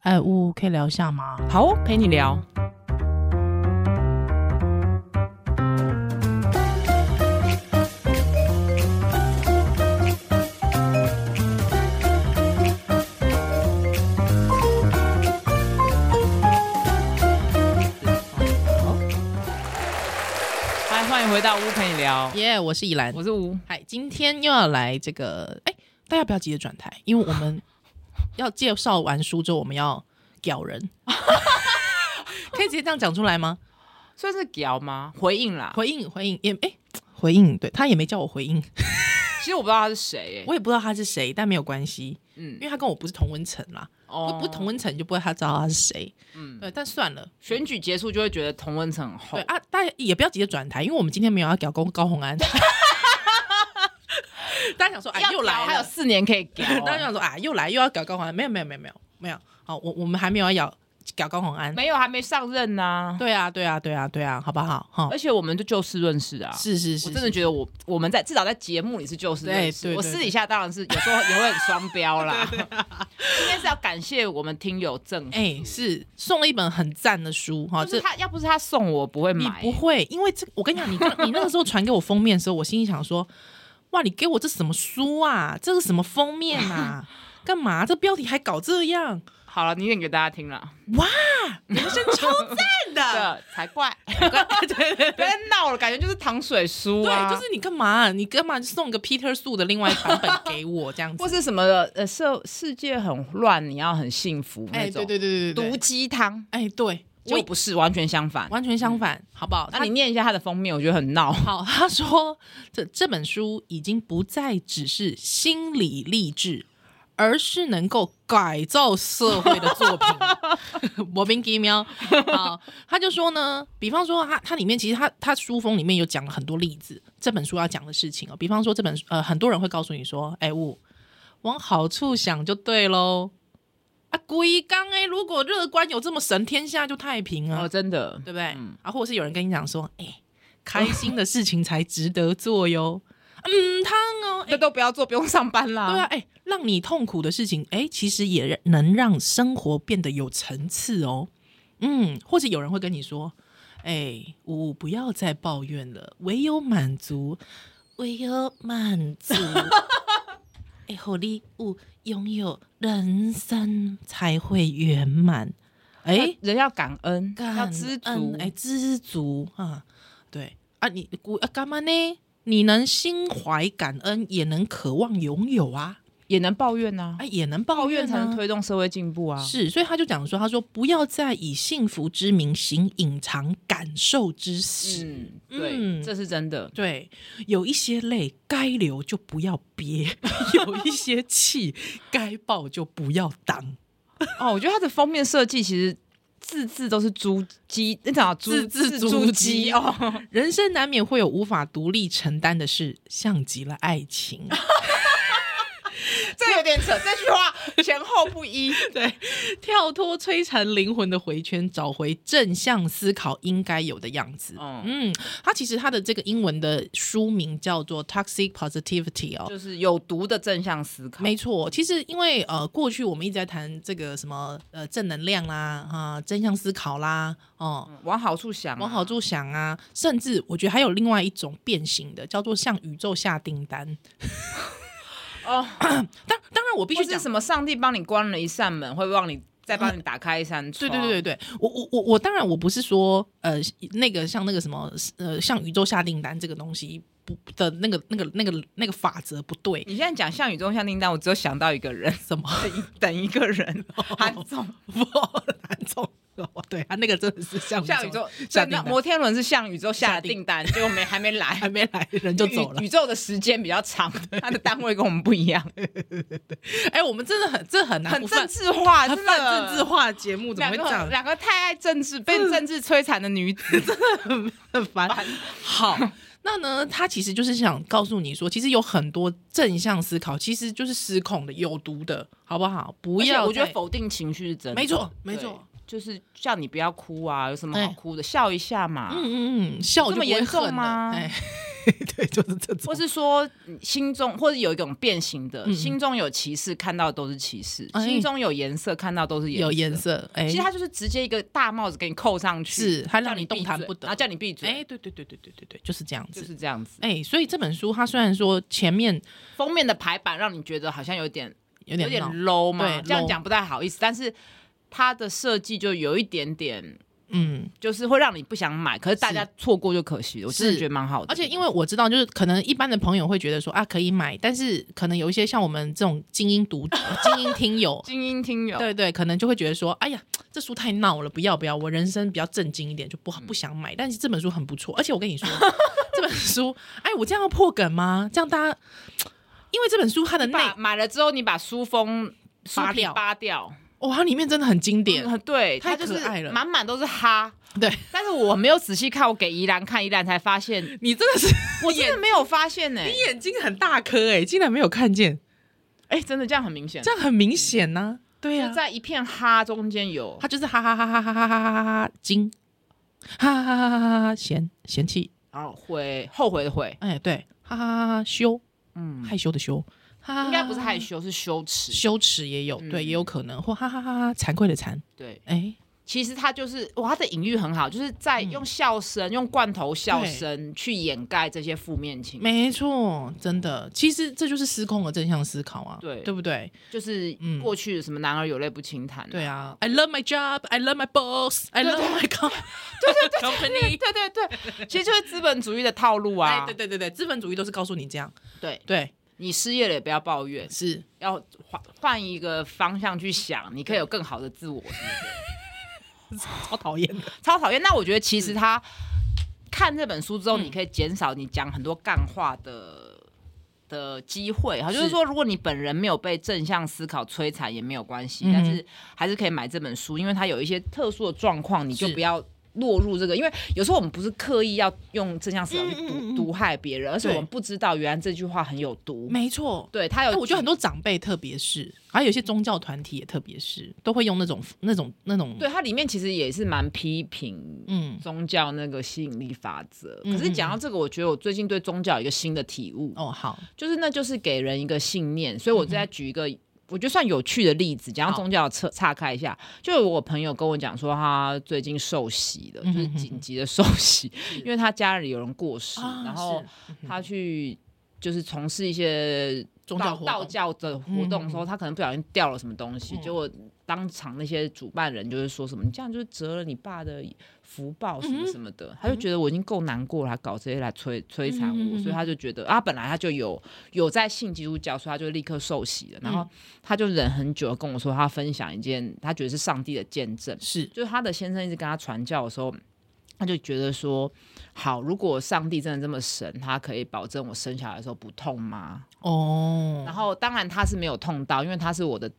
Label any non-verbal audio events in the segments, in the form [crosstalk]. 哎，呜，可以聊一下吗？好哦，陪你聊。嗨，欢迎回到屋陪你聊，耶、我是依兰我。是屋。嗨，今天又要来这个，哎，大家不要急着转台，因为我们要介绍完书之后，我们要屌人， [laughs] 可以直接这样讲出来吗？算是屌吗？回应啦。回应，回应，也哎。回应对他也没叫我回应，其实我不知道他是谁、欸，我也不知道他是谁，但没有关系，嗯因为他跟我不是同温层啦，哦不不同温层你就不会他知道他是谁，嗯，对，但算了，选举结束就会觉得同温层很厚对。啊，大家也不要急着转台，因为我们今天没有要屌高高红 [laughs] 安，大家想说哎又来屌了，还有四年可以 [laughs] 屌、大家想说啊，又来又要搞高洪安，没有没有没有没有没有，好，我我们还没有要搞高洪安。没有，还没上任呐、对啊对啊对啊对啊，好不好？哈，而且我们就就事论事啊。是是是，我真的觉得我我们在至少在节目里是就事论事，对对对我私底下当然是有时候也会很双 [laughs] 标啦。 [laughs] 今天是要感谢我们听友赠，是哎、是送了一本很赞的书哈，就是哦这。他要不是他送我，我不会你买、不会，因为这我跟你讲，你刚你那个时候传给我封面的时候，我心里想说，哇，你给我这什么书啊？这是什么封面 [laughs] 啊？干嘛？这标题还搞这样？好了，你念给大家听了，哇，人生超赞的！ [laughs] 这才怪， [laughs] 不要再闹了，感觉就是糖水书啊，对，就是你干嘛？你干嘛送个 Peter 素的另外一版本给 [laughs] 我这样子或？是什么呃社世界很乱，你要很幸福那哎，种，对对对对对毒，鸡汤，哎，对，我就不是完全相反。完全相反，好不好？嗯那他你念一下它的封面，我觉得 [laughs] 很闹。好，他说这这本书已经不再只是心理励志，而是能够改造社会的作品。 [laughs] 我冰奇喵，好，他就说呢，比方说他他里面其实他他书封里面有讲了很多例子，这本书要讲的事情哦，比方说这本呃很多人会告诉你说，哎、我往好处想就对喽。啊，鬼刚哎，如果乐观有这么神，天下就太平啊！哦，真的，对不对？嗯啊，或者是有人跟你讲说，哎、开心的事情才值得做哟。嗯，汤哦，哎、那都不要做，不用上班啦。对啊，哎、让你痛苦的事情，哎、其实也能让生活变得有层次哦。嗯，或者有人会跟你说，哎、我不要再抱怨了，唯有满足，唯有满足。哎、好礼物拥有人生才会圆满。哎、哎，人要感恩，感要知足恩，哎，知足啊，对啊，你古啊干嘛呢？你能心怀感恩，也能渴望拥有啊，也能抱怨呐啊，，也能抱抱怨怨才啊能推动社会进步啊。是，所以他就讲说，他说不要再以幸福之名行隐藏感受之实。嗯，嗯对，这是真的。对，有一些泪该流就不要憋， [laughs] 有一些气该爆就不要挡。哦，我觉得它的封面设计其实字字都是猪鸡，那叫字猪字字珠猪鸡鸡哦。人生难免会有无法独立承担的事，像极了爱情。 [laughs] 这有点扯，这句话前后不一。对，跳脱摧残灵魂的回圈，找回正向思考应该有的样子。嗯， [laughs] 嗯，它其实它的这个英文的书名叫做《Toxic Positivity》哦。就是有毒的正向思考。没错，其实因为呃，过去我们一直在谈这个什么呃正能量啦啊、正向思考啦哦，嗯往好处想啊，往好处想啊，甚至我觉得还有另外一种变形的，叫做向宇宙下订单。哦，当当然，我必或须讲是什么上帝帮你关了一扇门，会让你再帮你打开一扇对 [laughs] 窗。对对对对，我我我我当然我不是说呃那个像那个什么呃像宇宙下订单这个东西不的那个那个那个那个法则不对，你现在讲项羽中下订单，我只有想到一个人，什么 [laughs] 等一个 [laughs] 人，哦韩总。不难中哦，对他那个真的是像项羽中下下订那单摩天轮是项羽宙下下了订订单，结果没还没来，还没来人就走了宇。宇宙的时间比较长， [laughs] 它的单位跟我们不一样，哎、我们真的很这很难很不政犯治化，很真犯的政治。化的节目怎么两会个这样很？两个太爱政治、被政治摧残的女 [laughs] 子，很烦。好，那呢，他其实就是想告诉你说，其实有很多正向思考，其实就是失控的、有毒的，好不好？不而且要再，我觉得否定情绪是真的，没错没对错，就是叫你不要哭啊，有什么哎好哭的？笑一下嘛。嗯嗯嗯，笑这就么不会严重 [laughs] 恨了吗哎，对，就是这种或。是说嗯心中或者有一种变形的，嗯心中有歧视看到都是歧视，哎心中有颜色看到都是颜色有颜。色，哎、其实它就是直接一个大帽子给你扣上去，是它让叫你你动闭弹嘴不得然后叫你闭嘴，哎、对对对对对对对，就是这样子。就是这样子。哎、所以这本书它虽然说前面封面的排版让你觉得好像有点有有点点闹 low 嘛，对这样 low 讲不太好意思，但是它的设计就有一点点，嗯，就是会让你不想买，可是大家错过就可惜了。我真是的觉得蛮好的，而且因为我知道，就是可能一般的朋友会觉得说啊可以买，但是可能有一些像我们这种精英 [laughs] 读者、精英听友，精英听友，对对，可能就会觉得说，哎呀，这书太闹了，不要不要，我人生比较正经一点，就不不想买。但是这本书很不错，而且我跟你说，这本书，哎，我这样要破梗吗？这样大家，因为这本书它的内，把买了之后你把书封书扒皮掉扒掉，哇，它里面真的很经典，嗯对，太它就是可爱了满满都是哈。对但是我没有仔细看，我给宜兰看，宜兰才发现， [laughs] 你真的是我真的没有发现呢、眼睛很大颗哎、竟然没有看见，哎、真的这样很明显，这样啊很明显呐、对呀、就在一片哈中间有他就是哈哈哈哈哈哈哈哈哈哈惊，哈哈哈哈哈哈哈嫌嫌弃，然后悔后悔的悔，哎对，哈哈哈哈羞嗯，害羞的羞，哈哈应该不是哈害羞，是羞耻。羞耻也有，对，嗯也有可能，或哈哈哈哈惭愧的惭，对，哎，其实他就是哇，他的隐喻很好，就是在用笑声、用罐头笑声去掩盖这些负面情绪，没错，真的，其实这就是失控的正向思考啊，对对不对？就是嗯过去什么男儿有泪不轻弹、对啊，I love my job, I love my boss, I love my com，对 [laughs] 对 company，对对对，其实就是资本主义的套路啊。哎，对对对对，资本主义都是告诉你这样，对对，你失业了也不要抱怨，是要换换一个方向去想，你可以有更好的自我。超讨厌的，超讨厌。那我觉得其实他看这本书之后，你可以减少你讲很多干话的。的机会哈，是就是说，如果你本人没有被正向思考摧残也没有关嗯系，哼但是还是可以买这本书，因为它有一些特殊的状况，你就是不要落入这个。因为有时候我们不是刻意要用正向思考去毒、嗯嗯嗯嗯毒害别人，而是对我们不知道原来这句话很有毒。没错，哎对，它有，我觉得很多长辈特别是，还有一些宗教团体也特别是，都会用那种那种那种，对它里面其实也是蛮批评嗯，宗教那个吸引力法则。嗯可是讲到这个，我觉得我最近对宗教有一个新的体悟，哦，好，就是那就是给人一个信念。所以我再举一个。我觉得算有趣的例子，讲到好宗教岔岔开一下，就有我朋友跟我讲说，他最近受洗了，嗯就哼是紧急的受洗，因为他家里有人过世，啊然后是他去就是从事一些宗教道活道动教的活动的时候，他可能不小心掉了什么东西，嗯结果当场那些主办人就是说什么，你这样就是折了你爸的福报什么什么的，他就觉得我已经够难过了，还搞这些来摧摧残嗯嗯嗯我，嗯嗯所以他就觉得啊，本来他就有有在信基督教，所以他就立刻受洗了，然嗯后他就忍很久地跟我说，他分享一件他觉得是上帝的见证，是就是他的先生一直跟他传教的时候，他就觉得说，好，如果上帝真的这么神，他可以保证我生下来的时候不痛吗？哦，然后当然他是没有痛到，因为他是我的。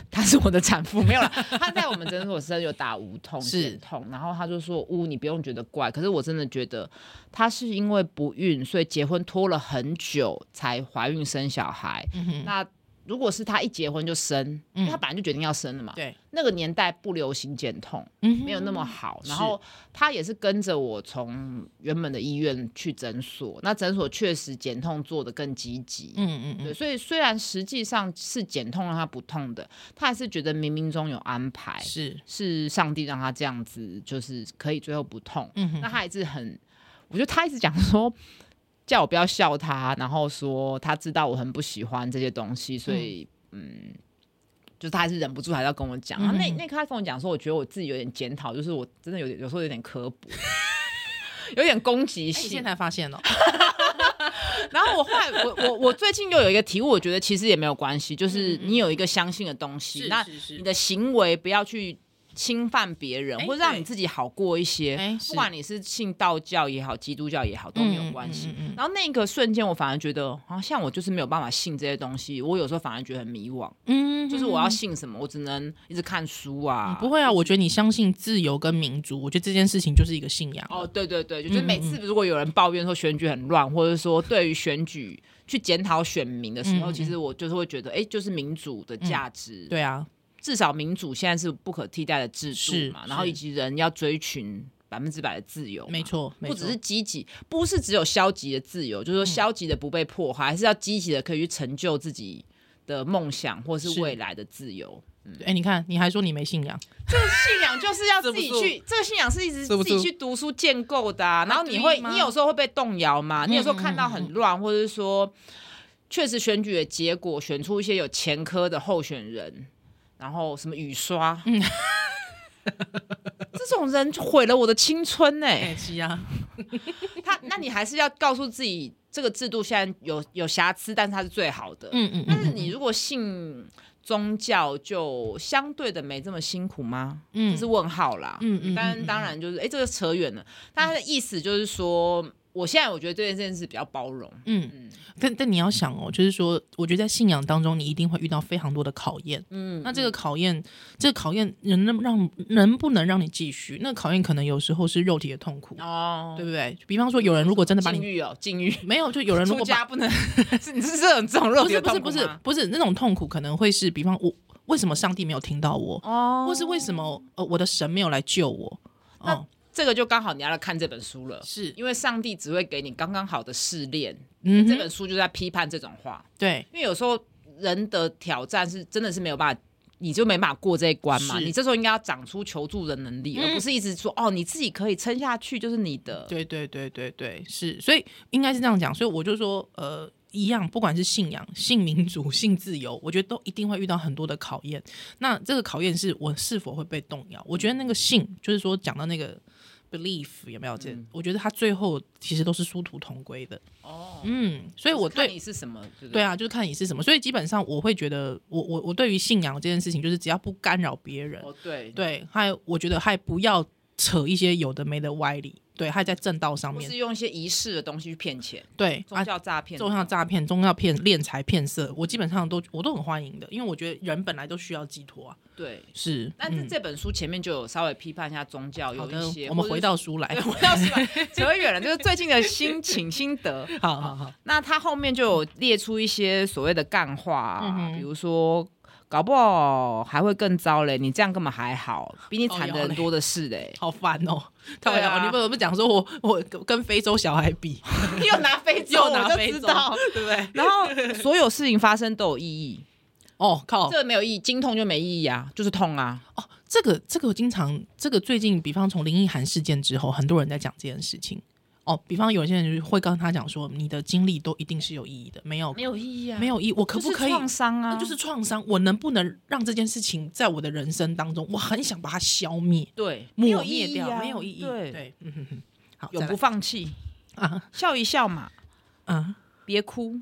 [laughs] 他是我的产妇，没有啦。 [laughs] 他在我们诊所身有打无痛是减痛，然后他就说：“呜，你不用觉得怪。”可是我真的觉得，他是因为不孕，所以结婚拖了很久才怀孕生小孩。嗯哼，那如果是他一结婚就生，因为他嗯本来就决定要生了嘛。对，那个年代不流行减痛，嗯哼没有那么好。是然后他也是跟着我从原本的医院去诊所，那诊所确实减痛做得更积极。嗯嗯对，嗯，所以虽然实际上是减痛让他不痛的，他还是觉得冥冥中有安排，是，是上帝让他这样子，就是可以最后不痛。嗯哼那他还是很，我觉得他一直讲说，叫我不要笑他，然后说他知道我很不喜欢这些东西，所以嗯就是他还是忍不住还是要跟我讲。嗯然后那嗯嗯那刻他跟我讲说，我觉得我自己有点检讨，就是我真的有点有时候有点 [laughs] 刻薄，有点攻击哎你性现。在才发现哦，然后我后来我我我最近又有一个体悟，我觉得其实也没有关系，就是你有一个相信的东西，那嗯是是你的行为不要去侵犯别人，哎或者让对你自己好过一些。哎是不管你是信道教也好，基督教也好，都没有关嗯系。嗯嗯嗯然后那个瞬间，我反而觉得，好、像我就是没有办法信这些东西。我有时候反而觉得很迷惘，嗯，就是我要信什么，我只能一直看书啊。不会啊，我觉得你相信自由跟民主，我觉得这件事情就是一个信仰哦，了，对对嗯对，就是每次如果有人抱怨说选举很乱，或者说对于选举去检讨选民的时候，嗯嗯其实我就是会觉得，哎，就是民主的价值，对啊，至少民主现在是不可替代的制是度嘛，是然后以及人要追寻百分之百的自由嘛，没错，没啊不错嗯只是积极，不是只有消极的自由，就是说消极的不被迫害，还是要积极的可以去成就自己的梦想或是是未来的自由。哎、你看，你还说你没信仰，这个信仰就是要自自己己去去，这个信仰是一直是不自是己去读书建构的、啊。然后你对会，吗你有时候会被动摇嘛？你有时候看到嗯嗯很乱，或者是说，确实选举的结果选出一些有前科的候选人，然后什么雨刷，嗯 [laughs] 这种人毁了我的青春呢、哎、是啊，他，那你还是要告诉自己，这个制度现在有有瑕疵，但是它是最好的。嗯嗯 [laughs] 但是嗯你如果信宗教，就相对的没这么辛苦吗？这嗯是问号啦。嗯嗯，但嗯当，然就是，哎、这个扯远了。但他的意思就是说，我现在我觉得这件事比较包容。嗯嗯，但但你要想哦，就是说，我觉得在信仰当中，你一定会遇到非常多的考验。嗯，那这个考验，这个考验能能让能不能让你继续？那考验可能有时候是肉体的痛苦，哦，对不对？比方说，有人如果真的把禁你欲哦，禁欲。没有，就有 [laughs] 人如出果把家不能， [laughs] 是你是这种这种肉不体是的不是痛不苦是吗？不是那种痛苦，可能会是比方我为什么上帝没有听到我，哦，或是为什么呃我的神没有来救我？那哦，这个就刚好你要来看这本书了，是，因为上帝只会给你刚刚好的试炼。嗯这哼，本书就在批判这种话，对，因为有时候人的挑战是真的是没有办法。你就没办法过这一关嘛？是你这时候应该要长出求助的能力，嗯而不是一直说哦，你自己可以撑下去就是你的。对对对对对，是，所以应该是这样讲，所以我就说，呃，一样，不管是信仰、信民主、 [laughs] 信自由，我觉得都一定会遇到很多的考验。那这个考验是我是否会被动摇？我觉得那个信，就是说讲到那个 belief 有没有这？嗯我觉得他最后其实都是殊途同归的。哦，嗯，所以我就是看对。你是什么，对不对对？啊，就是看你是什么，所以基本上我会觉得我，我我对于信仰这件事情，就是只要不干扰别人，哦，对，对，还我觉得还不要扯一些有的没的歪理，对，还在正道上不面是，用一些仪式的东西去骗钱，对宗啊，教诈骗。纵向诈骗、宗教骗、敛财、骗色，我基本上都我都很欢迎的，因为我觉得人本来都需要寄托啊。对，是，但是嗯这本书前面就有稍微批判一下宗教，好有一些的，我们回 [laughs] 到书来对，。回到是 [laughs] 吧扯远了，就是最近的心情心得。好好好，那他后面就有列出一些所谓的干话嗯啊、哼比如说搞不好还会更糟嘞，你这样根本还好，比你哦惨的有人嘞。多的是嘞好烦哦！他对们啊讲，你为什么讲说我我跟非洲小孩比， [laughs] [laughs] 又拿非洲，又拿我就非知洲道。对不 [laughs] 对？然后所有事情发生都有意义，哦靠，这没有意义，经痛就没意义啊，就是痛啊。哦，这个这个我经常，这个最近，比方从林奕涵事件之后，很多人在讲这件事情。哦，比方有些人就会跟他讲说，你的经历都一定是有意义的，没有没有意义啊没有意义，我可可不不可可以以创伤啊？那就是创伤。我能不能让这件事情在我的人生当中，我很想把它消灭、对，没有抹意义灭掉，啊没有意义。对，对，嗯哼哼，好，永不再放弃，来啊笑一笑嘛，啊，别哭，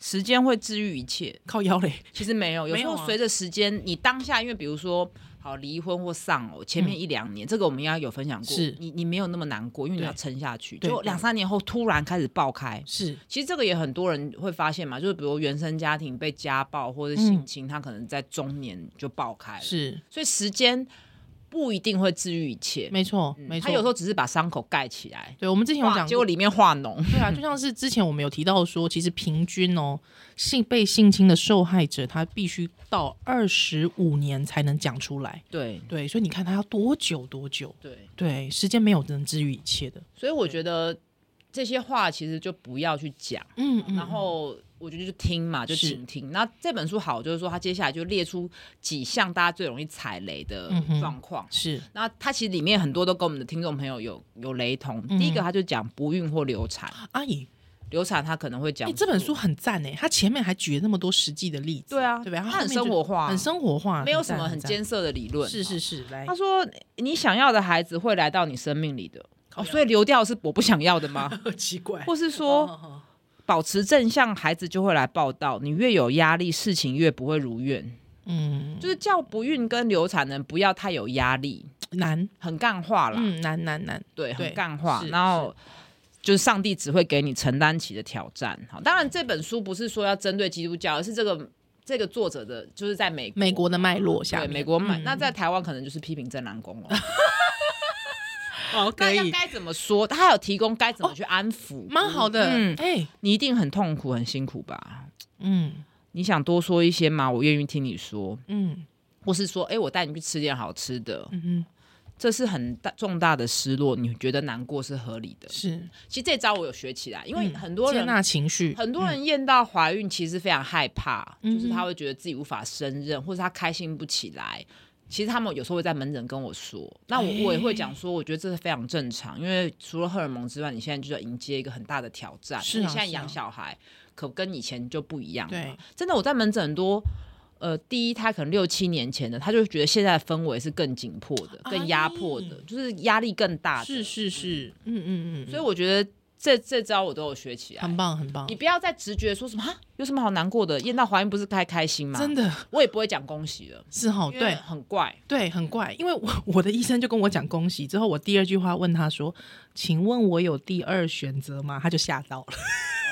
时间会治愈一切。靠腰嘞，其实没有，有没时有啊候随着时间，你当下因为比如说好离婚或丧偶，前面一两年、这个我们应该有分享过，嗯是你你没有那么难过，因为你对要撑下去，对就对两三年后突然开始爆开。是其实这个也很多人会发嗯现嘛，就是比如原生家庭被家暴或者性侵，他可能在中年就爆开了，是，所以时间不一定会治愈一切，没错嗯没错。他有时候只是把伤口盖起来，对我们之前有哇讲结果过。里面化脓，对啊，就像是之前我们有提到说，其实平均哦，性被性侵的受害者，他必须到二十五年才能讲出来。对对，所以你看他要多久多久？对，对，时间没有能治愈一切的。所以我觉得这些话其实就不要去讲。嗯嗯然后我觉得就听嘛，就是请听。那这本书好，就是说它接下来就列出几项大家最容易踩雷的嗯哼状况。是那它其实里面很多都跟我们的听众朋友有有雷同。第嗯一个，他就讲不孕或流产，阿姨，流产他可能会讲哎、说、这本书很赞哎，他前面还举了那么多实际的例子，对啊对不对？它它后很面就生活化很生活化，没有很什赞么很赞艰涩的理论。啊是是是， [laughs] 来他，说你想要的孩子会来到你生命里的。哦，所以流掉是我不想要 [laughs] 的吗？奇怪或是说哦保持正向，孩子就会来报道。你越有压力，事情越不会如愿。嗯就是叫不孕跟流产人不要太有压力，难，很干话啦，嗯难难难，对，对很干话是。然后就是上帝只会给你承担起的挑战。好，当然这本书不是说要针对基督教，而是这个这个作者的就是在美美国的脉络下对面，美国买、嗯那在台湾可能就是批评正南宫了。 [laughs] 哦那要该怎么说？他有提供该怎么去安抚，蛮好的，嗯嗯哎你一定很痛苦很辛苦吧？嗯你想多说一些吗？我愿意听你说，嗯或是说，哎、我带你去吃点好吃的，嗯这是很大重大的失落，你觉得难过是合理的。是其实这招我有学起来，因为嗯很多接人、纳情绪，很多人验到怀孕其实非常害怕，嗯就是他会觉得自己无法胜任，或者他开心不起来。其实他们有时候会在门诊跟我说，那我哎我也会讲说，我觉得这是非常正常，因为除了荷尔蒙之外，你现在就要迎接一个很大的挑战。是啊因为你现在是啊养小孩，可跟以前就不一样了对嘛。真的，我在门诊很多，呃，第一他可能六七年前的，他就觉得现在的氛围是更紧迫的、更压迫的，哎就是压力更大的。是是是，嗯嗯嗯嗯，所以我觉得这这招我都有学起来。很棒很棒你，不要再直觉说什么啊，有什么好难过的？验到怀孕不是该开心吗？真的，哦的我也不会讲恭喜了，是好因为对很怪。对，很怪，因为我我的医生就跟我讲恭喜之后，我第二句话问他说：“请问我有第二选择吗？”他就吓到了，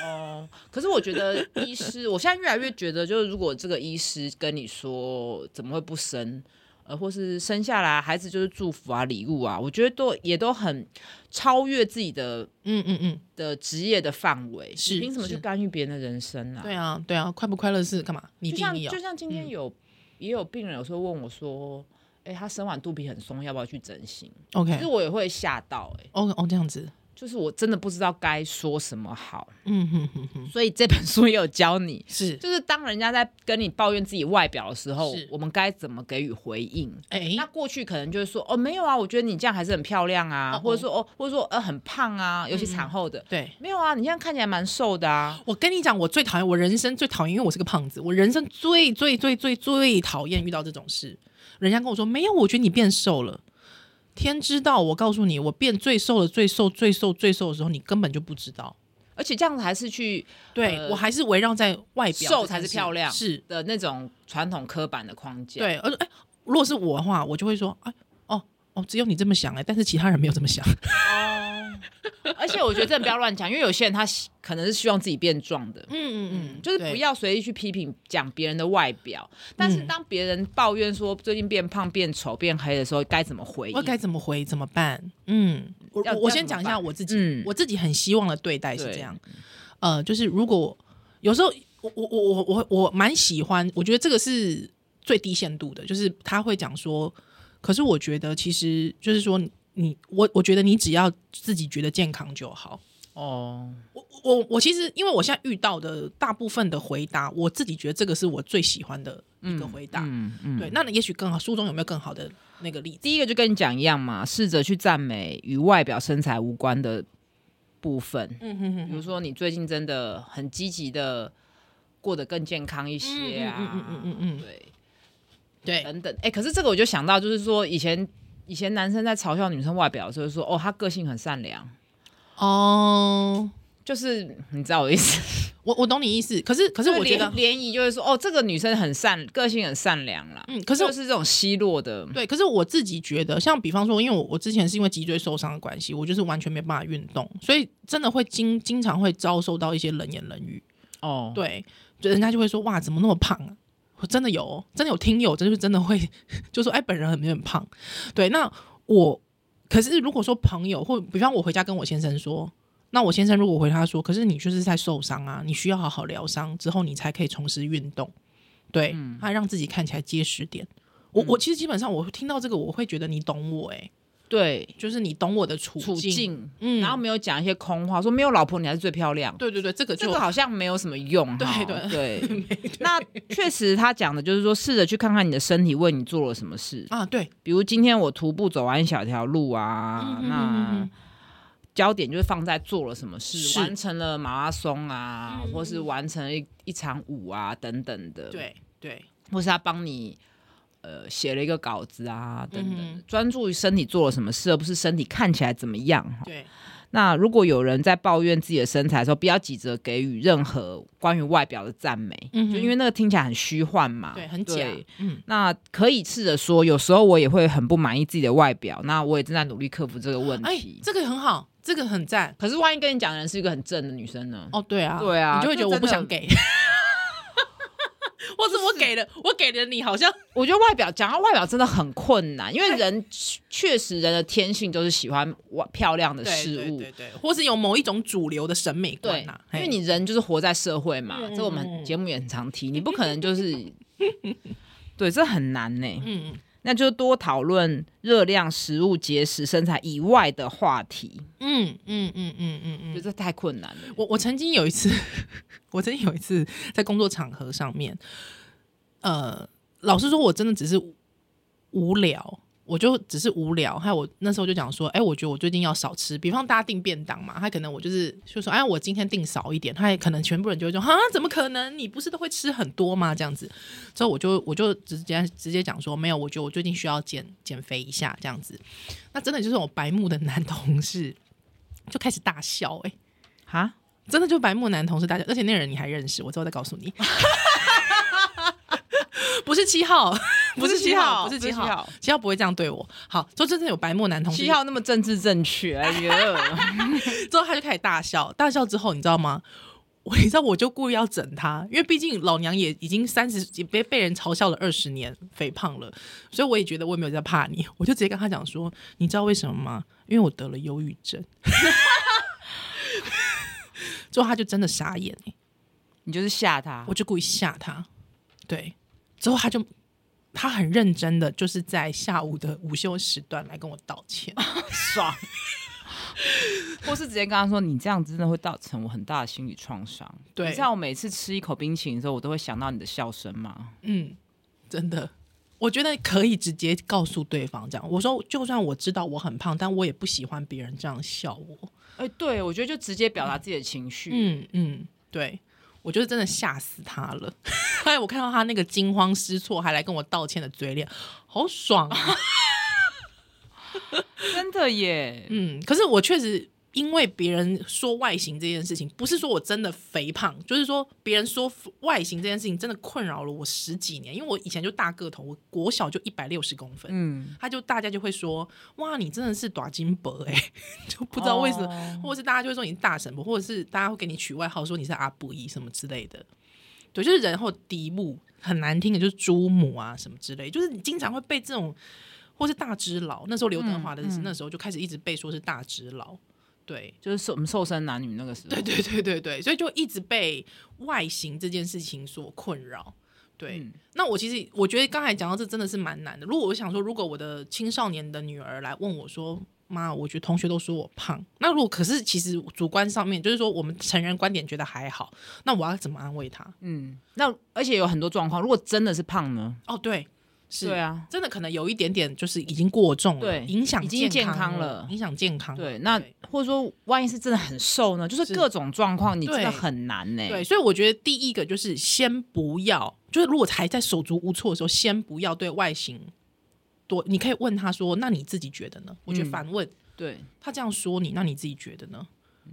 哦，可是我觉得医师，我现在越来越觉得，就是如果这个医师跟你说怎么会不生，呃，或是生下来孩子就是祝福啊、礼物啊，我觉得都也都很超越自己的嗯嗯嗯，的职业的范围，是你凭什么去是干预别人的人生啊？对啊对啊，快不快乐是干嘛？你就定像义哦就，像今天有、也有病人有时候问我说，哎、他生完肚皮很松，要不要去整形？其 OK 实我也会吓到、哎，哦哦这样子，就是我真的不知道该说什么好，嗯哼哼哼，所以这本书也有教你， [laughs] 是就是当人家在跟你抱怨自己外表的时候是，我们该怎么给予回应。哎那过去可能就是说，哦，没有啊，我觉得你这样还是很漂亮啊，哦哦嗯或者说，哦，或者说，呃，很胖啊，尤其产后的，对。没有啊，你现在看起来蛮瘦的啊。我跟你讲，我最讨厌，我人生最讨厌，因为我是个胖子，我人生最最最最最讨厌遇到这种事。人家跟我说没有，我觉得你变瘦了。天知道，我告诉你，我变最瘦了，最瘦、最瘦、最瘦的时候，你根本就不知道。而且这样子还是去对、呃我还是围绕在外表，瘦才是漂亮是的那种传统刻板的框架。，对。而哎、如果是我的话，我就会说，哎，哦哦，只有你这么想哎、但是其他人没有这么想。而且我觉得真的不要乱讲，因为有些人他喜可能是希望自己变壮的，嗯嗯就是不要随意去批评讲别人的外表，但是当别人抱怨说最近变胖、变丑、变黑的时候，该怎么回我应？该怎么回怎么办？嗯，我要我我要先怎讲么一下办我自己，嗯我自己很希望的对待是对这样，呃，就是如果有时候我我我我我我蛮喜欢，我觉得这个是最低限度的，就是他会讲说，可是我觉得其实就是说你我我觉得你只要自己觉得健康就好。哦，我我我其实因为我现在遇到的大部分的回答，我自己觉得这个是我最喜欢的一个回答。嗯嗯，对，那也许更好，书中有没有更好的那个例子？第一个就跟你讲一样嘛，试着去赞美与外表、身材无关的部分，嗯哼哼比如说你最近真的很积极的过得更健康一些啊，嗯嗯嗯嗯嗯嗯对。对，等等。哎、可是这个我就想到，就是说以前以前男生在嘲笑女生外表的时候，就说哦，她个性很善良，哦，就是你知道我的意思。我我懂你意思，可是可可是我觉得，联谊就会说哦，这个女生很善，个性很善良啦。嗯，可是就是这种奚落的，对，可是我自己觉得，像比方说，因为我我之前是因为脊椎受伤的关系，我就是完全没办法运动，所以真的会经经常会遭受到一些冷言冷语，哦，对，就人家就会说哇，怎么那么胖啊？我真的有哦，真的有听友，就是真的会 [laughs] 就说哎，本人很很胖，对，那我可是如果说朋友或比方我回家跟我先生说。那我先生如果回他说，可是你就是在受伤啊，你需要好好疗伤之后，你才可以重拾运动。对，嗯他让自己看起来结实点。我、我其实基本上我听到这个，我会觉得你懂我、欸，对就是你懂我的处处境。境，嗯然后没有讲一些空话，说没有老婆你还是最漂亮。对对对，这个这就个好像没有什么用哈，对对 [laughs] 对那确实，他讲的就是说，试着去看看你的身体为你做了什么事。啊，对，比如今天我徒步走完一小条路啊，嗯那焦点就是放在做了什么是事，完成了马拉松啊，嗯或是完成了一一场舞啊等等的，，对对，或是他帮你呃写了一个稿子啊等等嗯的，专、注于身体做了什么事，而不是身体看起来怎么样哈。对，那如果有人在抱怨自己的身材的时候，不要急着给予任何关于外表的赞美，嗯哼就因为那个听起来很虚幻嘛，对，很假，嗯，那可以试着说，有时候我也会很不满意自己的外表，那我也正在努力克服这个问哎题，。这个很好，这个很赞。可是万一跟你讲的人是一个很正的女生呢？哦，对啊，对啊你就会觉得我不这真的想 [laughs] 给，或者我给了，我给了你，好像我觉得外表讲到外表真的很困难，因为人确实人的天性就是喜欢外漂亮的对事对物对，对，或是有某一种主流的审美观对呐，，因为嘿你人就是活在社会嘛，这我 [laughs] 们节目也很常提，你不可能就是对，这很难呢、嗯，那就多讨论热量、食物、节食、身材以外的话题，嗯嗯嗯嗯嗯觉得嗯，这太困难了。我我曾经有一次， [laughs] 我曾经有一次在工作场合上面，呃，老实说，我真的只是无聊。我就只是无聊，还有我那时候就讲说，哎、我觉得我最近要少吃。比方大家订便当嘛，他可能我就是就说，哎，我今天订少一点，他也可能全部人就会说，哈，怎么可能？你不是都会吃很多吗？这样子，之后我就我就直接直接讲说，没有，我觉得我最近需要减减肥一下这样子。那真的就是我白目的男同事就开始大笑、哎，哈，真的就白目男同事大家，而且那人你还认识，我之后再告诉你。 [laughs] 不是七号， [laughs] 不是七号，不 [laughs] 不是是七七号号，七号不会这样对我。好，就真的有白目男同事七，号那么政治正确，哎 [laughs] 呀，之后他就开始大笑，大笑之后你知道吗？ [laughs] 我你知道我就故意要整他，因为毕竟老娘也已经三十几被被人嘲笑了二十年，肥胖了，所以我也觉得我也没有在怕你，我就直接跟他讲说，你知道为什么吗？因为我得了忧郁症。之后他就真的傻眼、欸你就是吓他我。就故意吓他。对，之后他就他很认真的，就是在下午的午休时段来跟我道歉。爽， [laughs] 或是直接跟他说：“你这样真的会造成我很大的心理创伤。”对你知道我每次吃一口冰淇淋的时候，我都会想到你的笑声吗？嗯，真的，我觉得可以直接告诉对方这样。我说，就算我知道我很胖，但我也不喜欢别人这样笑我。哎、对，我觉得就直接表达自己的情绪。嗯嗯，对。我就是真的吓死他了， [laughs] 哎，我看到他那个惊慌失措，还来跟我道歉的嘴脸，好爽 [laughs] 啊！真的耶，嗯，可是我确实因为别人说外形这件事情，不是说我真的肥胖，就是说别人说外形这件事情真的困扰了我十几年。因为我以前就大个头，我国小就一百六十公分，嗯，他就大家就会说：“哇，你真的是短金伯哎、 [laughs] 就不知道为什么，哦或者是大家就会说你是大神婆，或者是大家会给你取外号说你是阿布依什么之类的。对，就是人或嫡母很难听的，就是朱母啊什么之类，就是你经常会被这种，或是大只佬。那时候刘德华的、那时候就开始一直被说是大只佬，对。 [laughs] 就是瘦我们瘦身男女那个时候，对对对对对，所以就一直被外形这件事情所困扰。对，嗯那我其实我觉得刚才讲到这真的是蛮难的。如果我想说，如果我的青少年的女儿来问我说：“妈，我觉得同学都说我胖。”那如果可是其实主观上面就是说我们成人观点觉得还好，那我要怎么安慰她？嗯，那而且有很多状况，如果真的是胖呢？哦，对，是对啊，真的可能有一点点就是已经过重了，对影响已经健康康了影响健康了。对，那或者说万一是真的很瘦呢？就是是各种状况，你真对的很难呢。对，所以我觉得第一个就是先不要，就是如果还在手足无措的时候，先不要对外形多，你可以问他说：“那你自己觉得呢？”我觉得嗯反问、对，他这样说你，那你自己觉得呢？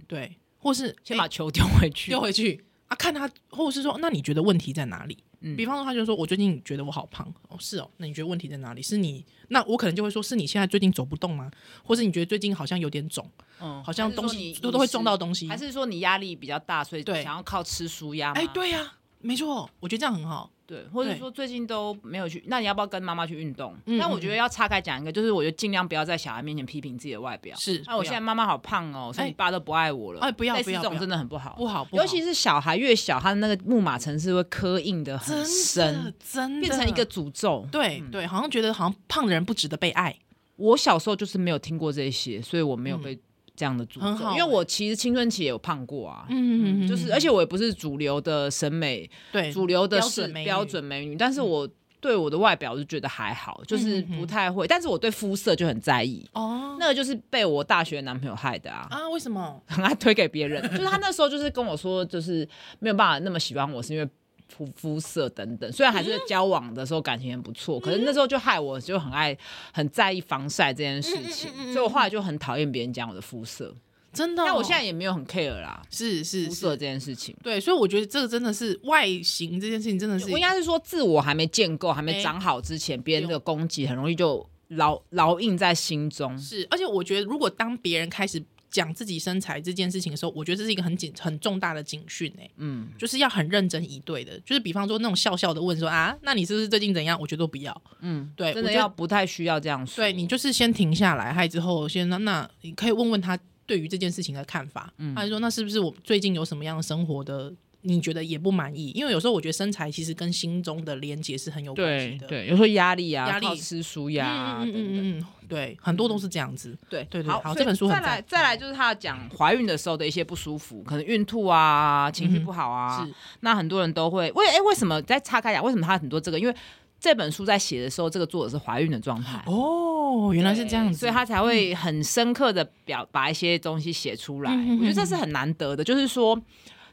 对，或是嗯先诶把球丢回哎去丢。回去啊，看他，或者是说，那你觉得问题在哪里？嗯比方说，他就说我最近觉得我好胖，哦，是哦，那你觉得问题在哪里？是你，那我可能就会说，是你现在最近走不动吗？或是你觉得最近好像有点肿，嗯，好像还是说东西你都都会饮食撞到东西，还是说你压力比较大，所以对想要靠吃舒压吗？哎，对呀、没错，我觉得这样很好。对，或者对说最近都没有去，那你要不要跟妈妈去运动？嗯但我觉得要岔开讲一个，就是我觉得尽量不要在小孩面前批评自己的外表。是啊，我不要现在妈妈好胖哦，所以哎你爸都不爱我了。哎不要类似不要这不种要真的很不好，不好，不好尤其是小孩越小，他的那个木马城市会刻印的很真的深，真的变成一个嗯诅咒。对对，好像觉得好像胖的人不值得被爱，我小时候就是没有听过这些，所以我没有被这样的诅很咒，好因为我其实青春期也有胖过啊。嗯就是，而且我也不是主流的审美，对主流的标是准美女嗯标准美女，嗯但是我对我的外表我就觉得还好，就是不太会，但是我对肤色就很在意。哦那个就是被我大学男朋友害的啊，啊，为什么？很爱推给别人。 [laughs] 就是他那时候就是跟我说，就是没有办法那么喜欢我，是因为肤肤色等等。虽然还是交往的时候感情很不错，可是那时候就害我就很爱很在意防晒这件事嗯情，所以我后来就很讨厌别人讲我的肤色。真的哦、但我现在也没有很 care 啦，是是肤色是，这件事情。对，所以我觉得这个真的是外形这件事情，真的是我应该是说，自我还没建构、还哎没长好之前，别人的攻击很容易就牢牢印在心中。是，而且我觉得如果当别人开始。讲自己身材这件事情的时候，我觉得这是一个很警很重大的警讯哎、嗯，就是要很认真以对的。就是比方说那种笑笑的问说啊，那你是不是最近怎样？我觉得都不要，嗯，对，真我的觉得要不太需要这样说。对你就是先停下来，还之后先那那嗯你可以问问他对于这件事情的看法。他就说那是不是我最近有什么样的生活的你觉得也不满意，因为有时候我觉得身材其实跟心中的连接是很有关系对的。对，有时候压力啊，压力靠吃舒压啊嗯等嗯嗯等。嗯嗯，对，很多都是这样子。对对对好，好所以这本书很再来赞再来就是他讲怀孕的时候的一些不舒服，可能孕吐啊，情绪不好啊。是那很多人都会为哎、为什么在岔开讲？为什么他很多这个？因为这本书在写的时候，这个作者是怀孕的状态。哦，原来是这样对子，嗯所以他才会很深刻的表把一些东西写出来。嗯嗯嗯我觉得这是很难得的，就是说，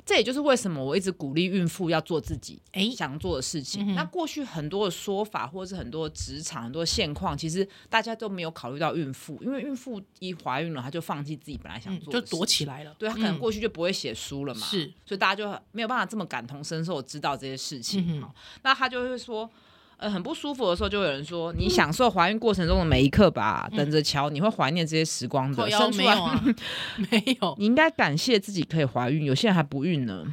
这也就是为什么我一直鼓励孕妇要做自己哎想做的事情。那过去很多的说法，或者是很多职场、很多现况，其实大家都没有考虑到孕妇，因为孕妇一怀孕了，她就放弃自己本来想嗯做就的、躲。起来了。对她可能嗯过去就不会写书了嘛，是，所以大家就没有办法这么感同身受知道这些事情。嗯哼好那他就会说，呃，很不舒服的时候，就有人说，嗯你享受怀孕过程中的每一刻吧，等着瞧，你会怀念这些时光靠的。嗯腰生出没来有， [laughs] 啊，没有，你应该感谢自己可以怀孕，有些人还不孕 [laughs] 呢。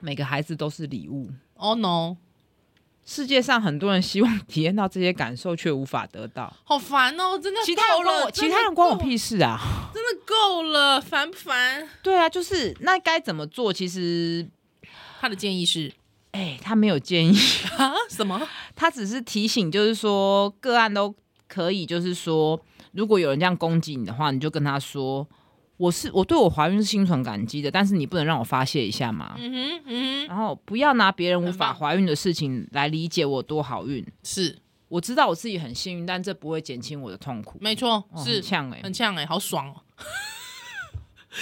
每个孩子都是礼物。哦 no，世界上很多人希望体验到这些感受，却无法得到。好烦哦，真的其他人够关了我，真其的他人关我够，屁事啊！真的够了，烦不烦？对啊，就是那该怎么做？其实，他的建议是 [laughs] 哎、他没有建议，啊什么？他只是提醒，就是说个案都可以，就是说，如果有人这样攻击你的话，你就跟他说，我是我对我怀孕是心存感激的，但是你不能让我发泄一下嘛。嗯哼嗯哼，然后不要拿别人无很法棒怀孕的事情来理解我多好运。是我知道我自己很幸运，但这不会减轻我的痛苦。没错，哦是很呛哎、很呛哎，好爽哦，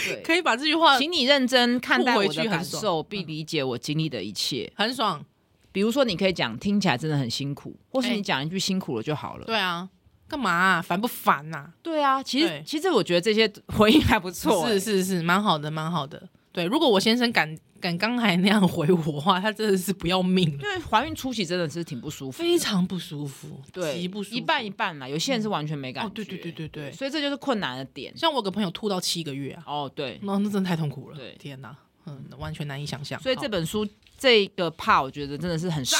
对，可以把这句话请你认真看待吐回我去的很感爽受，并理解我经历的一切。很爽，比如说，你可以讲听起来真的很辛苦，或是哎你讲一句辛苦了就好了。对啊，干嘛啊烦不烦呐？对啊，其实对其实我觉得这些回应还不错、是欸是是，蛮好的，蛮好的。对，如果我先生敢敢刚才那样回我的话，他真的是不要命了，因为怀孕初期真的是挺不舒服，非常不舒服，对，极不舒服，一半一半啦，有些人是完全没感觉，哦，对对对对对，所以这就是困难的点。像我有个朋友吐到七个月啊，哦，对，那那真的太痛苦了，对天哪，嗯，完全难以想象。所以这好本书这个 part 我觉得真的是很实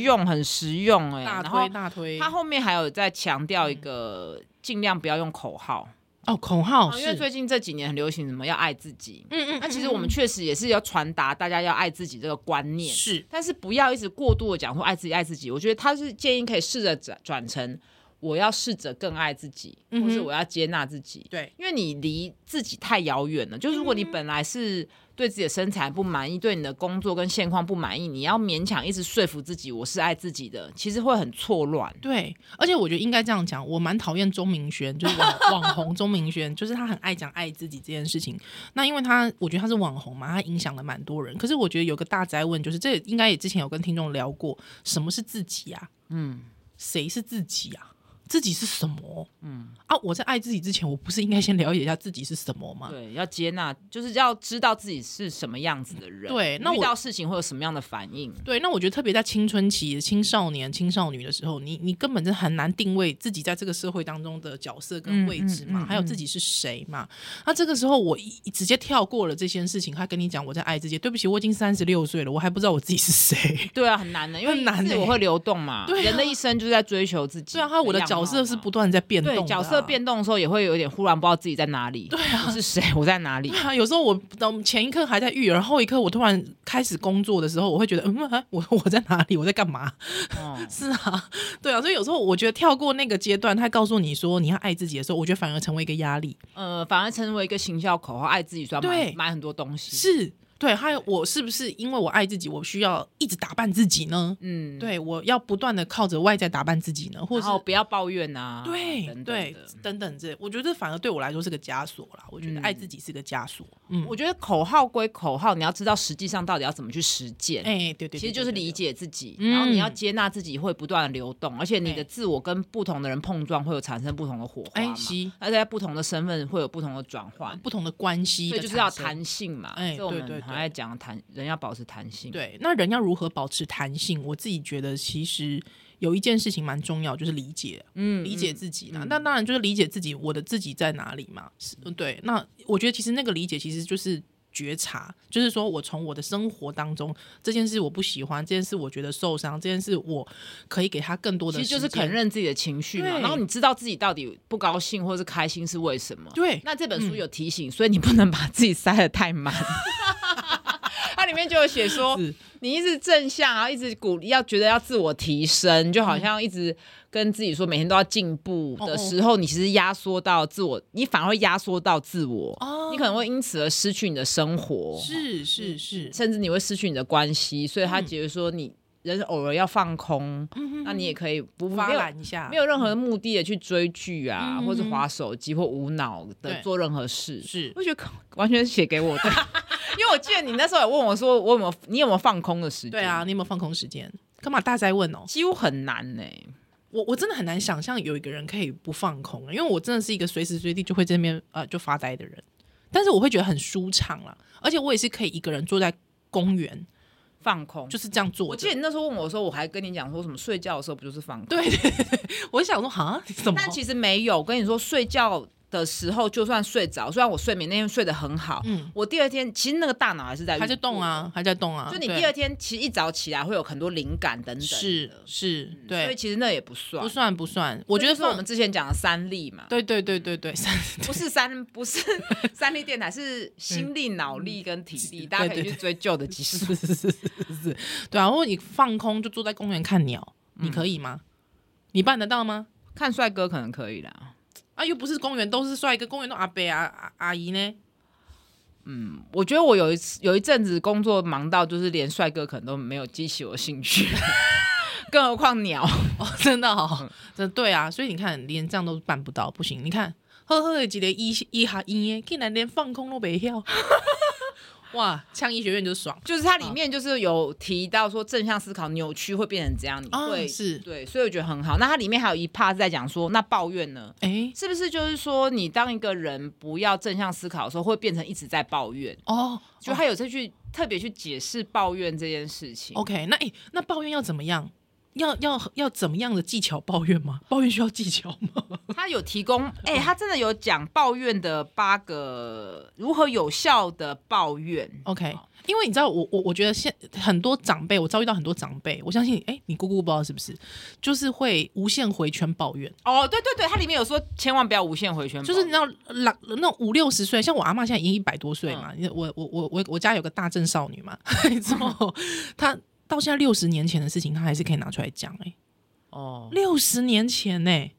用，很实用哎、大然后推大推，嗯他后面还有在强调一个，尽量不要用口号，哦，口号哦因为是，最近这几年很流行什么要爱自己。嗯那其实我们确实也是要传达大家要爱自己这个观念，是但是不要一直过度的讲说爱自己爱自己，我觉得他是建议可以试着转转成我要试着更爱自己，嗯哼或是我要接纳自己。对，因为你离自己太遥远嗯了，就是如果你本来是对自己的身材不满意，对你的工作跟现况不满意，你要勉强一直说服自己我是爱自己的，其实会很错乱。对，而且我觉得应该这样讲，我蛮讨厌钟明轩， [laughs] 就是网网红钟明轩，就是他很爱讲爱自己这件事情。那因为他，我觉得他是网红嘛，他影响了蛮多人。可是我觉得有个大灾问，就是这应该也之前有跟听众聊过，什么是自己啊？嗯，谁是自己啊？自己是什么？嗯啊，我在爱自己之前，我不是应该先了解一下自己是什么吗？对，要接纳，就是要知道自己是什么样子的人。对那我遇到事情会有什么样的反应？对，那我觉得特别在青春期、青少年、青少女的时候，你你根本就很难定位自己在这个社会当中的角色跟位置嘛，嗯嗯嗯还有自己是谁嘛。那这个时候我一一直接跳过了这些事情，他跟你讲我在爱自己，对不起，我已经三十六岁了，我还不知道我自己是谁。 [laughs] 对啊，很难的，因为很难自欸我会流动嘛。对啊人的一生就是在追求自己。虽然他我的角色是不。断在变动、啊对，角色。变动的时候也会有一点忽然不知道自己在哪里，对啊，是谁，我在哪 [laughs] 里对，啊，有时候我等前一刻还在育儿，后一刻我突然开始工作的时候，我会觉得，嗯，啊我我在哪里？我在干嘛？哦，是啊，对啊，所以有时候我觉得跳过那个阶段，他告诉你说你要爱自己的时候，我觉得反而成为一个压力。呃，反而成为一个行销口号，爱自己，说要买对买很多东西，，是，对，还有我是不是因为我爱自己，我需要一直打扮自己呢？嗯，，对，我要不断的靠着外在打扮自己呢，或然是后不要抱怨啊，对等等对的等等这，我觉得反而对我来说是个枷锁啦。我觉得嗯爱自己是个枷锁。嗯，我觉得口号归口号，你要知道实际上到底要怎么去实践，哎、对对对，其实对就是对理对解自己，嗯然后你要接纳自己会不断的流动，而且你对的自我跟不同的人碰撞会有产生不同的火花哎嘛，是而且在不同的身份会有不同的转换，不同的关系啊所的以就是要产生弹性嘛，哎这我对对对们很爱讲弹，人要保持弹性，，对，那人要如何保持弹性？我自己觉得其实有一件事情蛮重要，就是理解，嗯理解自己啦。那当然就是理解自己，我的自己在哪里嘛？是对。那我觉得其实那个理解其实就是。觉察就是说，我从我的生活当中，这件事我不喜欢，这件事我觉得受伤，这件事我可以给他更多的其时实间，就是肯认自己的情绪嘛，对然后你知道自己到底不高兴或是开心是为 [laughs] 什么，对，嗯 [laughs] 那这本书有提醒，所以你不能把自己塞得太满。那、你里面就有写 [laughs] 说是，你一直正向，啊然后一直鼓励，要觉得要自我提升，就好像一直跟自己说每天都要进步哦哦的时候，你其实压缩到自我，你反而会压缩到自我，哦你可能会因此而失去你的生活，是是是，甚至你会失去你的关系。所以他嗯觉得说，你人偶尔要放空，嗯那你也可以不发没有懒一下，没有任何目的的去追剧啊，嗯或是划手机或无脑的对做任何事。是我觉得完全是写 [laughs] 给我的，因为我记得你那时候也问我说，我有没有你有没有放空的时间？对啊，，你有没有放空时间？干嘛大灾问哦？几乎很难呢、我我真的很难想象有一个人可以不放空，欸因为我真的是一个随时随地就会这边呃就发呆的人，但是我会觉得很舒畅啦，而且我也是可以一个人坐在公园放空。就是这样坐我着记得。你那时候问我的时候，我还跟你讲说什么睡觉的时候不就是放空？对对对，我就想说哈， [laughs] 怎么？但其实没有。我跟你说，睡觉的时候就算睡着，虽然我睡眠那天睡得很好，嗯我第二天其实那个大脑还是在还在运作动。啊，还在动啊。就你对第二天其实一早起来会有很多灵感等等的，是是，所以对，其实那也不算不。算不算，我觉这得就是我们放之前讲的三力嘛，对对对对 [laughs] 对，三不是三，[laughs] 不是三力电台，是心力、脑力跟体力，大嗯家可对以对去追究的技术。是是是是是，对啊。如果你放空就坐在公园看鸟，你嗯可以吗？你办得到吗？看帅哥可能可以啦，啊，又不是公园都是帅哥，公园都阿伯啊啊阿姨呢。我觉得我有一次有一阵子工作忙到，就是连帅哥可能都没有激起我兴趣， [laughs] 更何况鸟。哦， [laughs] 真的哦，真的对啊，所以你看，连这样都办不到，不行。你看，呵呵，几个医医哈医耶，竟然连放空都没跳， [laughs] 哇，呛医学院就爽就是它里嗯面就是有提到说正向思考扭曲会变成怎样，你啊、会、是，对，所以我觉得很好。那它里面还有一 part 是在讲说，那抱怨呢？哎、是不是就是说，你当一个人不要正向思考的时候，会变成一直在抱怨？哦，就他有再去特别去解释抱怨这件事情。哦 OK，那诶、那抱怨要怎么样？要要要怎么样的技巧抱怨吗？ [laughs] 抱怨需要技巧吗？他有提供，嗯哎、他真的有讲抱怨的八个如何有效的抱怨。 OK，因为你知道我我我觉得现很多长辈，我遭遇到很多长辈，我相信哎、你姑姑不知道是不是，就是会无限回圈抱怨，哦，对对对，它里面有说千万不要无限回圈抱就怨，是你知道老那种五六十岁，像我阿嬷现在已经一百多岁嗯嘛，我我我我我家有个大正少女嘛， [laughs] 之 [laughs] 后她到现在六十年前的事情，她还是可以拿出来讲哎、哦，六十年前呢、欸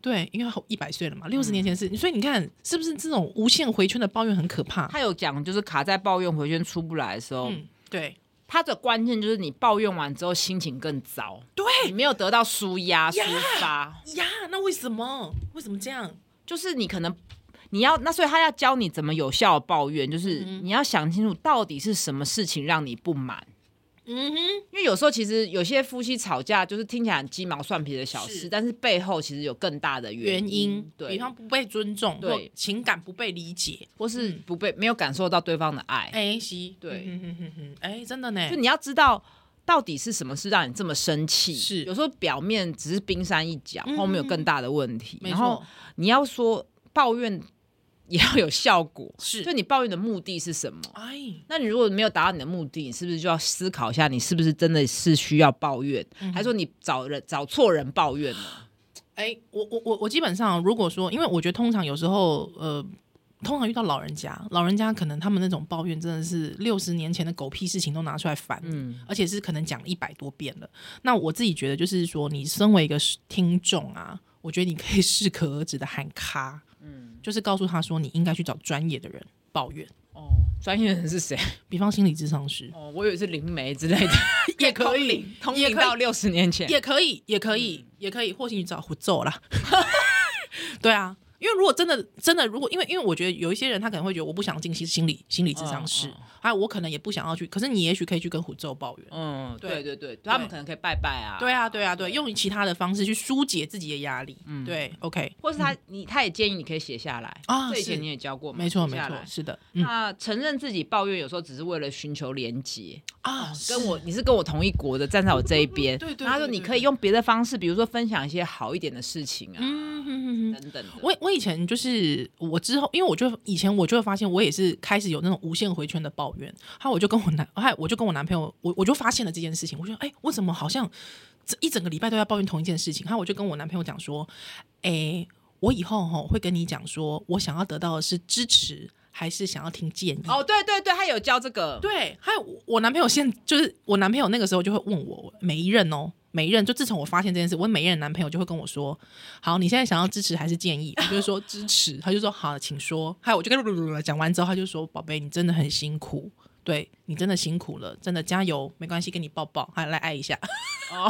对，因为一百岁了嘛，六十年前是，嗯所以你看是不是这种无限回圈的抱怨很可怕？他有讲就是卡在抱怨回圈出不来的时候，嗯，对，它的关键就是你抱怨完之后心情更糟，对你没有得到舒压抒哎呀发，呀，那为什么？为什么这样？就是你可能你要那，所以他要教你怎么有效地抱怨，就是嗯你要想清楚到底是什么事情让你不满。嗯哼，因为有时候其实有些夫妻吵架，就是听起来很鸡毛蒜皮的小事，是但是背后其实有更大的原因因，，嗯对，比方嗯不被尊重，对或情感不被理解，或是不被没有感受到对方的爱，哎，是，对嗯哼哼哼哼，哎，真的呢就，你要知道。到底是什么事让你这么生气？是有时候表面只是冰山一角，嗯后面有更大的问题。没然后错，你要说抱怨也要有效果，是就你抱怨的目的是什么？哎，那你如果没有达到你的目的，你是不是就要思考一下，你是不是真的是需要抱怨，还是说你找人找错人抱怨了？哎、我我我我基本上，如果说，因为我觉得通常有时候，呃，通常遇到老人家，老人家可能他们那种抱怨真的是六十年前的狗屁事情都拿出来烦，嗯而且是可能讲了一百多遍了。那我自己觉得，就是说，你身为一个听众啊，我觉得你可以适可而止的喊咔，嗯，就是告诉他说，你应该去找专业的人抱怨，哦，专业人是谁？比方心理智商师，哦，我以为是灵媒之类 [laughs] 的，也可以通也灵可以到六十年前。也可以，也可以，也可以，或许你找胡诌啦。 [laughs] 对啊，因为如果真的真的，如果因为因为我觉得有一些人他可能会觉得我不想进心心理心理智商室嗯，还有我可能也不想要去，可是你也许可以去跟胡诌抱怨。嗯，对对对对，他们可能可以拜拜啊，对，啊，对啊，对，用其他的方式去疏解自己的压力。对，OK，或是他你他也建议你可以写下来啊这以前是你也教过嘛，没错，写没下错来，是的，嗯那承认自己抱怨有时候只是为了寻求连结，啊，跟是我你是跟我同一国的，站在我这一边。对对对然后他说对你对可以用别的方式，比如说分享一些好一点的事情啊，嗯哼哼哼等等的。我我以前就是我之后，因为我就以前我就会发现，我也是开始有那种无限回圈的抱怨。还有我就跟我男，还有我就跟我男朋友，我我就发现了这件事情，我就说，哎、我怎么好像这一整个礼拜都在抱怨同一件事情？还有我就跟我男朋友讲说，哎、我以后吼会跟你讲说，我想要得到的是支持还是想要听建议。哦，对对对，他有教这个，对，还有我我男朋友现就是我男朋友那个时候就会问我每一任哦，每一任就自从我发现这件事，我每一任男朋友就会跟我说，好，你现在想要支持还是建议？我就说支持，他就说好，请说。还有我就跟他讲完之后，他就说宝贝，你真的很辛苦，对你真的辛苦了，真的加油，没关系，跟你抱抱，还来爱一下。哦，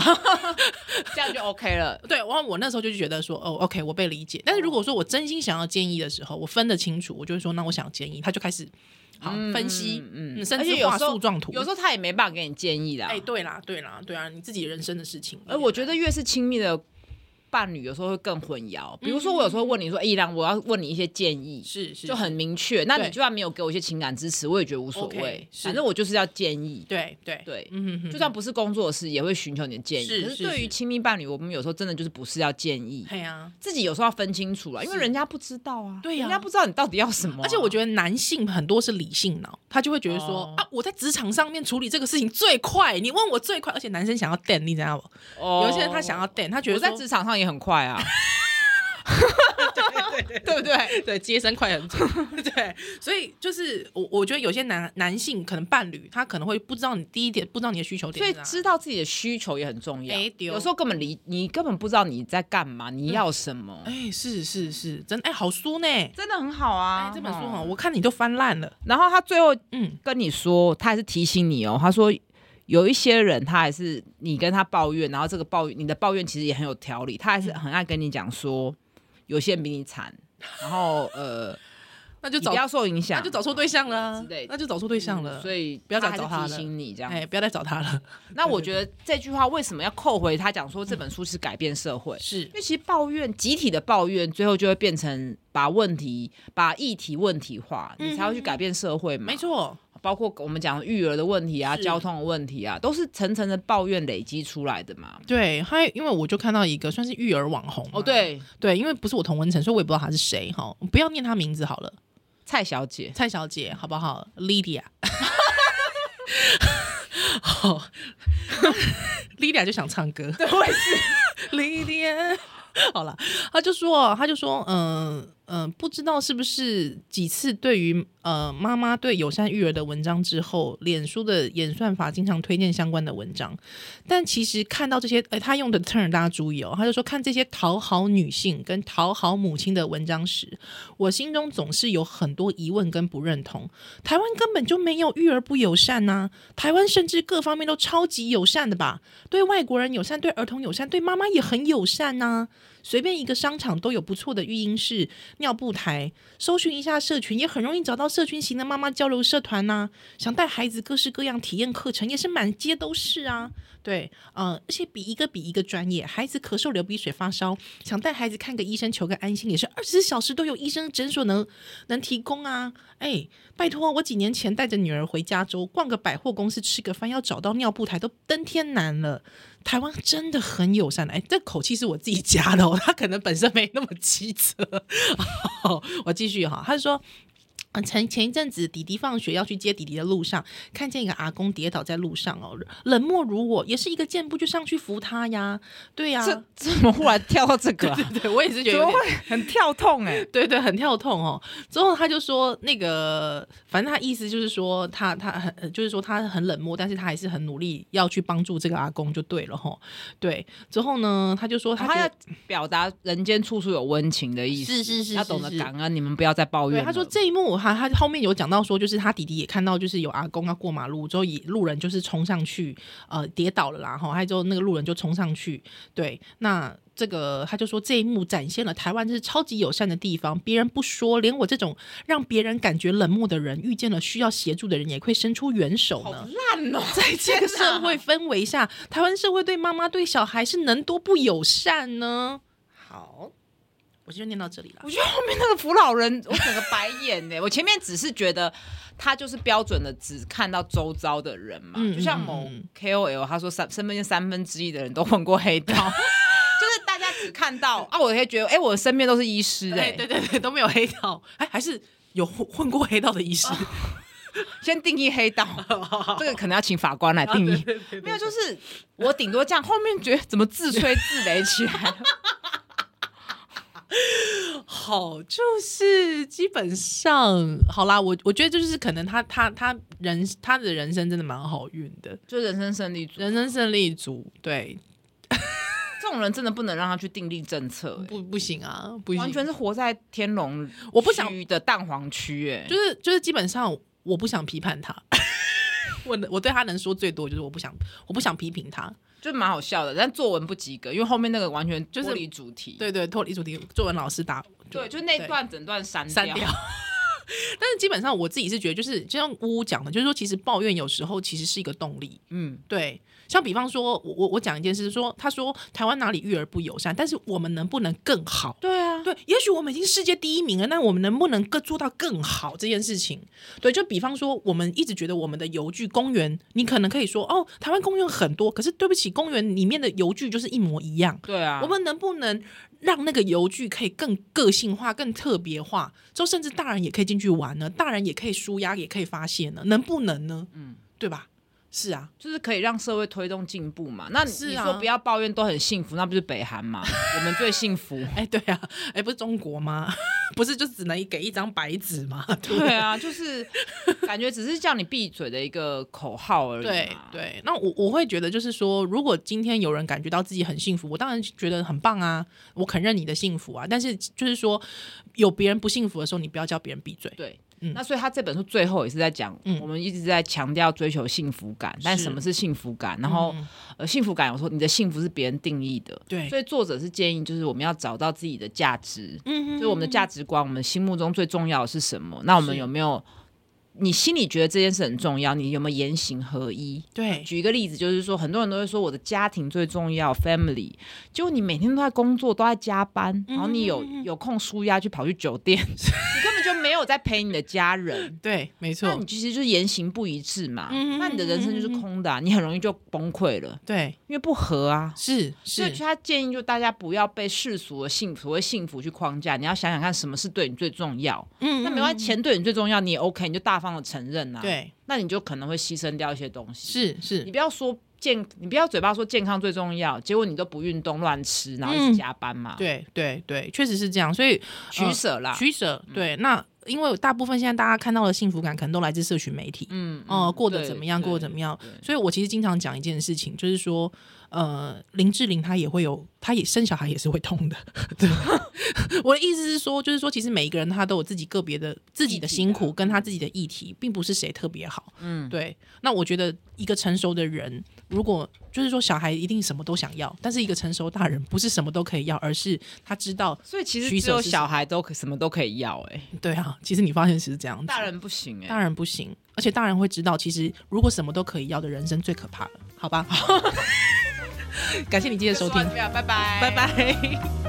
这样就 OK 了。对，然后我那时候就觉得说，哦，OK，我被理解。但是如果说我真心想要建议的时候，我分得清楚，我就会说，那我想建议，他就开始好、分析，嗯嗯嗯，甚而且至有画时候树状图。有时候他也没办法给你建议的、哎、对啦，对啦，对啊，你自己人生的事情。而我觉得越是亲密的伴侣，有时候会更混淆。比如嗯说，我有时候问你说：“哎依然，我要问你一些建议。”是是就很明确，那你对就算没有给我一些情感支持，我也觉得无所 OK，谓。是反正我就是要建议，对对，对，嗯哼哼，就算不是工作的事，也会寻求你的建议。是可是是对是于亲密伴侣，我们有时候真的就是不是要建议，对啊。自己有时候要分清楚了，因为人家不知道啊，对呀人家不知道你到底要什么啊、而且我觉得男性很多是理性脑，他就会觉得说、哦啊，我在职场上面处理这个事情最快，你问我最快，而且男生想要电，你知道不？得哦有些人他想要电，他觉我得在说职场上也很快啊，对不 [laughs] 对？对，接生快很准。 [laughs] 对，所以就是我我觉得有些男男性可能伴侣，他可能会不知道你第一点，不知道你的需求点所以是哪，知道自己的需求也很重要。哎对有时候根本离你根本不知道你在干嘛，你要什么，哎、是是是，真哎、好书呢，哎、真的很好啊。这本书哦哦，我看你都翻烂了，然后他最后嗯，跟你说，他还是提醒你哦，他说。有一些人，他还是你跟他抱怨，然后这个抱怨，你的抱怨其实也很有条理，他还是很爱跟你讲说，有些人比你惨，然后 [laughs] 呃，那就你不找要受影响，那就找错对象了啊之类，的嗯那就找错对象了，所以不要再还是找他了提醒你这样哎、。不要再找他 [laughs] 了，那我觉得这句话为什么要扣回他讲说这本书是改变社会？是因为其实抱怨集体的抱怨，最后就会变成把问题、把议题问题化，嗯你才会去改变社会嘛。没，错，包括我们讲的育儿的问题啊、是交通的问题啊，都是层层的抱怨累积出来的嘛。对，还有因为我就看到一个算是育儿网红嘛哦，对，对，因为不是我同文层，所以我也不知道他是谁哈，不要念他名字好了，蔡小姐，蔡小姐好不好？Lydia，好，Lydia 就想唱歌，对，我也是 [laughs] Lydia。好了，他就说，他就说，嗯、嗯、不知道是不是几次对于呃妈妈对友善育儿的文章之后，脸书的演算法经常推荐相关的文章，但其实看到这些，呃，他用的 turn 大家注意哦，他就说看这些讨好女性跟讨好母亲的文章时，我心中总是有很多疑问跟不认同。台湾根本就没有育儿不友善呐、台湾甚至各方面都超级友善的吧？对外国人友善，对儿童友善，对妈妈也很友善呐、随便一个商场都有不错的育婴室、尿布台，搜寻一下社群也很容易找到社群型的妈妈交流社团呐、想带孩子各式各样体验课程，也是满街都是啊。对，嗯、而且比一个比一个专业。孩子咳嗽、流鼻水、发烧，想带孩子看个医生求个安心，也是二十四小时都有医生诊所能能提供啊。哎，拜托，我几年前带着女儿回加州逛个百货公司吃个饭，要找到尿布台都登天难了。台湾真的很友善的，哎，这口气是我自己加的哦， [laughs] 他可能本身没那么机车。 [laughs] 好我继续哈，他说。呃前前一阵子，弟弟放学要去接弟弟的路上，看见一个阿公跌倒在路上哦，冷漠如我，也是一个箭步就上去扶他呀。对呀、这 [laughs] 怎么忽然跳到这个、啊？啊 [laughs] 对我也是觉怎得有么点会很跳痛 [laughs] 哎、对对，很跳痛哦。之后他就说，那个反正他意思就是说，他他很呃就是说他很冷漠，但是他还是很努力要去帮助这个阿公，就对了吼。对，之后呢，他就说他他觉要得。表达人间处处有温情的意思，是是是要懂得是是感恩，你们不要再抱怨对，了。他说这一幕，他他后面有讲到说，就是他弟弟也看到，就是有阿公要啊过马路之后，以路人就是冲上去，呃，跌倒了啦，哈，还之后那个路人就冲上去，对，那这个他就说这一幕展现了台湾就是超级友善的地方，别人不说，连我这种让别人感觉冷漠的人，遇见了需要协助的人，也会伸出援手呢。烂哦、 [laughs] 在这个天哪社会氛围下，台湾社会对妈妈对小孩是能多不友善呢？好，我就念到这里了我。觉得后面那个扶老人，我整个白眼呢、我前面只是觉得他就是标准的只看到周遭的人嘛，嗯就像嗯某嗯 KOL 他说三身边三分之一的人都混过黑道， [laughs] 就是大家只看到啊，我会觉得哎、我身边都是医师哎、对对对对，都没有黑道，哎，还是有混混过黑道的医师，先定义黑道，哦这个可能要请法官来定啊义。没有，就是我顶多 [laughs] 这样，后面觉得怎么自吹自擂起来。 [laughs] 好，就是基本上好啦，我我觉得就是可能他他他人他的人生真的蛮好运的，就人生胜利组，人生胜利组，对，这种人真的不能让他去订立政策、欸不不行啊，不行，完全是活在天龙我不想区的蛋黄区、欸，哎，就是就是基本上我不想批判他， [laughs] 我能我对他能说最多就是我不想我不想批评他，就蛮好笑的。但作文不及格，因为后面那个完全就是脱离主题，对对，脱离主题，作文老师打对，就那段整段删删掉。 [laughs] 但是基本上我自己是觉得，就是就像呜呜讲的，就是说，其实抱怨有时候其实是一个动力。嗯，对，像比方说，我我我讲一件事说他说台湾哪里育儿不友善，但是我们能不能更好？对啊，对，也许我们已经世界第一名了，那我们能不能更做到更好这件事情？对，就比方说，我们一直觉得我们的邮具公园，你可能可以说哦，台湾公园很多，可是对不起，公园里面的邮具就是一模一样。对啊，我们能不能让那个邮具可以更个性化、更特别化，之后甚至大人也可以进去玩呢？大人也可以舒压，也可以发泄呢？能不能呢？嗯嗯，对吧？是啊，就是可以让社会推动进步嘛。那你是你啊说不要抱怨都很幸福，那不是北韩 [laughs] 嘛？我们最幸福。哎，对啊，哎，不是中国吗？ [laughs] 不是就只能给一张白纸吗？ [laughs] 对对 [laughs] 啊，就是感觉只是叫你闭嘴的一个口号而已对嘛。对，那我我会觉得就是说，如果今天有人感觉到自己很幸福，我当然觉得很棒啊，我肯认你的幸福啊。但是就是说，有别人不幸福的时候，你不要叫别人闭嘴。对嗯那所以他这本书最后也是在讲，嗯我们一直在强调追求幸福感，但是什么是幸福感？然后、嗯呃，幸福感有时候你的幸福是别人定义的，对所以作者是建议就是我们要找到自己的价值，嗯就是我们的价值观，我们心目中最重要的是什么？那我们是有没有？你心里觉得这件事很重要，你有没有言行合一？对举一个例子，就是说，很多人都会说我的家庭最重要，family。结果你每天都在工作，都在加班，然后你有有空舒压去跑去酒店，嗯 [laughs] 你根本就没有在陪你的家人。对，没那错你，其实就是言行不一致嘛，嗯那你的人生就是空的啊、你很容易就崩溃了，对因为不合啊。是所以是，他建议就大家不要被世俗的幸福所谓幸福去框架，你要想想看什么是对你最重要。嗯那没关系，钱对你最重要，你也 OK，你就大方的承认呐、嗯，啊对，那你就可能会牺牲掉一些东西。是你是，不要说健，你不要嘴巴说健康最重要，结果你都不运动乱吃，然后一嗯直加班嘛，，对对对，确实是这样。所以取舍啦，取舍，嗯对，那因为大部分现在大家看到的幸福感，可能都来自社群媒体。嗯，哦、嗯过得怎么样？过得怎么？样对？对所以我其实经常讲一件事情，就是说，呃，林志玲她也会有，她也生小孩也是会痛的。 [laughs] 对，我的意思是说，就是说，其实每一个人他都有自己个别的自己的议题辛苦啊跟他自己的议题，并不是谁特别好。嗯，对，那我觉得一个成熟的人，如果就是说小孩一定什么都想要，但是一个成熟大人不是什么都可以要，而是他知道，所以其实取只有舍是什么小孩都可什么都可以要，哎，对啊，其实你发现是这样子，大人不行，大哎，人不行，而且大人会知道，其实如果什么都可以要的人生最 [laughs] 可怕了，好吧？感谢你今天的收听，就说到这边了拜拜。拜，拜。